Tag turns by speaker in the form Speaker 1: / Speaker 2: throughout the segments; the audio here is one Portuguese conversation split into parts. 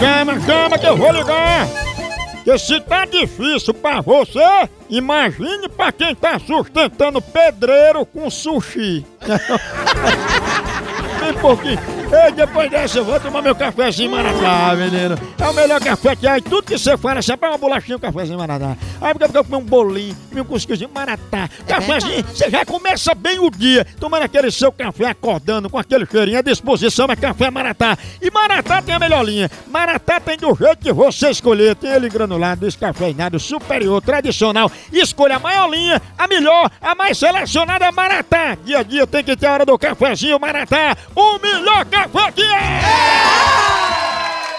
Speaker 1: Calma que eu vou ligar! Porque se tá difícil pra você, imagine pra quem tá sustentando pedreiro com sushi. Bem pouquinho. Ei, depois dessa eu vou tomar meu cafezinho maratá, menino. É o melhor café que há. E tudo que você fala, você pega uma bolachinha, um cafezinho maratá. Aí porque eu comi um bolinho, comi um cuscuzinho maratá. Cafezinho, você já começa bem o dia, tomando aquele seu café, acordando com aquele cheirinho à disposição, é café maratá. E maratá tem a melhor linha. Maratá tem do jeito que você escolher. Tem ele granulado, descafeinado, superior, tradicional. Escolha a maior linha, a melhor, a mais selecionada, maratá. Dia a dia tem que ter a hora do cafezinho maratá. O melhor café que é!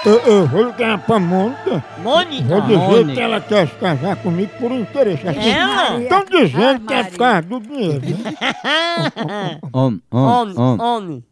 Speaker 1: Eu, eu vou ligar pra Mônica.
Speaker 2: Mônica. É
Speaker 1: Vou dizer que ela quer se casar comigo por um interesse.
Speaker 2: Ela?
Speaker 1: Estão dizendo que é por
Speaker 3: Maria.
Speaker 1: causa do dinheiro. né?
Speaker 4: Homem, homem,
Speaker 2: Ah. Homem,
Speaker 4: homem.
Speaker 2: homem.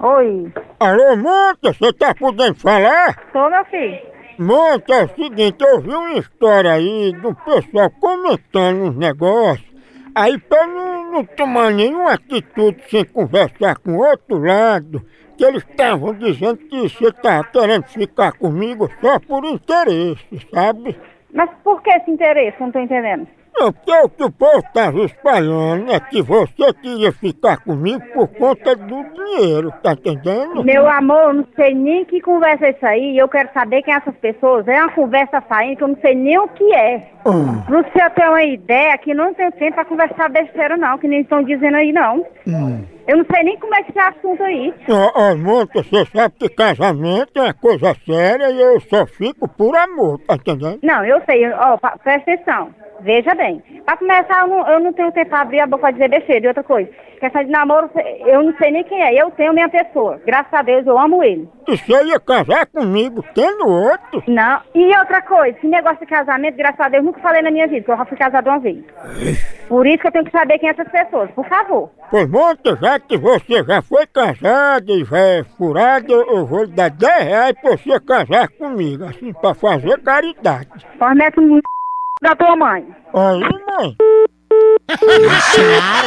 Speaker 3: Oi,
Speaker 1: Alô, Mônica, você tá podendo falar?
Speaker 3: sou meu filho.
Speaker 1: Monta, é o seguinte, eu vi uma história aí do pessoal comentando uns negócios, aí pra não, não tomar nenhuma atitude sem conversar com o outro lado, que eles estavam dizendo que você tá querendo ficar comigo só por interesse, sabe?
Speaker 3: Mas por que esse interesse? Não tô entendendo.
Speaker 1: Não, porque o que o povo estava espalhando é que você queria ficar comigo por conta do dinheiro, tá entendendo?
Speaker 3: Meu amor, eu não sei nem que conversa é isso aí. Eu quero saber quem é essas pessoas. É uma conversa saindo que eu não sei nem o que é.
Speaker 1: Hum.
Speaker 3: Não sei se eu tenho uma ideia que não tem tempo pra conversar besteira, não, que nem estão dizendo aí, não. Eu não sei nem como é que esse assunto aí.
Speaker 1: Ó, ó, Monta, você sabe que casamento é coisa séria e eu só fico por amor, tá entendendo?
Speaker 3: Não, eu sei. Ó, pa- presta atenção. Veja bem. Pra começar, eu não, eu não tenho tempo pra abrir a boca pra dizer besteira e outra coisa. Questão de namoro, eu não sei nem quem é. Eu tenho minha pessoa. Graças a Deus, eu amo ele.
Speaker 1: E você ia casar comigo tendo outro?
Speaker 3: Não. E outra coisa, esse negócio de casamento, graças a Deus, nunca falei na minha vida, que eu já fui casada uma vez. Por isso que eu tenho que saber quem é essas pessoas, por favor.
Speaker 1: Pois, Monta, já que você já foi casada e já é furada, eu eu vou lhe dar 10 reais pra você casar comigo, assim, pra fazer caridade.
Speaker 3: Fornece um da tua mãe.
Speaker 1: Aí, mãe,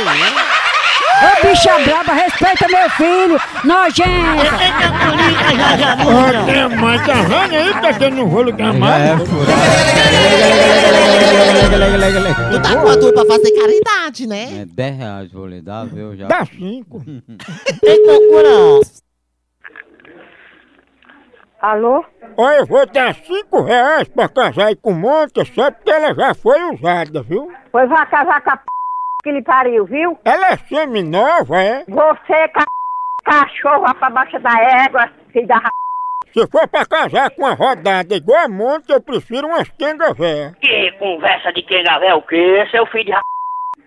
Speaker 5: Ô bicha braba, respeita meu filho! Nojento!
Speaker 2: Eita, bonita, já já muda.
Speaker 1: até mãe, tá vendo aí tá que eu não vou ligar
Speaker 4: É,
Speaker 1: mais?
Speaker 4: furado.
Speaker 2: Tu tá com a tua pra fazer caridade, né?
Speaker 4: É 10 reais vou lhe dar, viu? Já.
Speaker 1: Dá cinco.
Speaker 2: Ei, cocurão.
Speaker 3: Alô?
Speaker 1: Ó, eu vou dar cinco reais pra casar aí com Monta, só porque ela já foi usada, viu?
Speaker 3: Pois vai casar com a p... que ele pariu, viu?
Speaker 1: Ela é semi-nova, é?
Speaker 3: Você, ca... cachorro, lá pra baixo da égua, filho da ra...
Speaker 1: Se for pra casar com uma rodada igual a monte, eu prefiro umas quenga véia.
Speaker 6: Que conversa de quem gavé é o quê, seu filho de ra...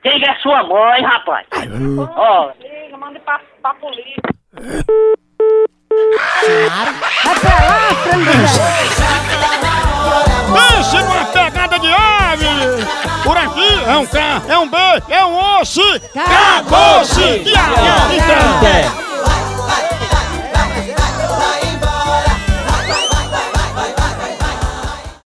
Speaker 6: Quem é sua mãe, rapaz? Ó,
Speaker 5: é
Speaker 1: Pense numa pegada de ave! Por aqui é um K, é um B, é um osso! Acabou-se! Então,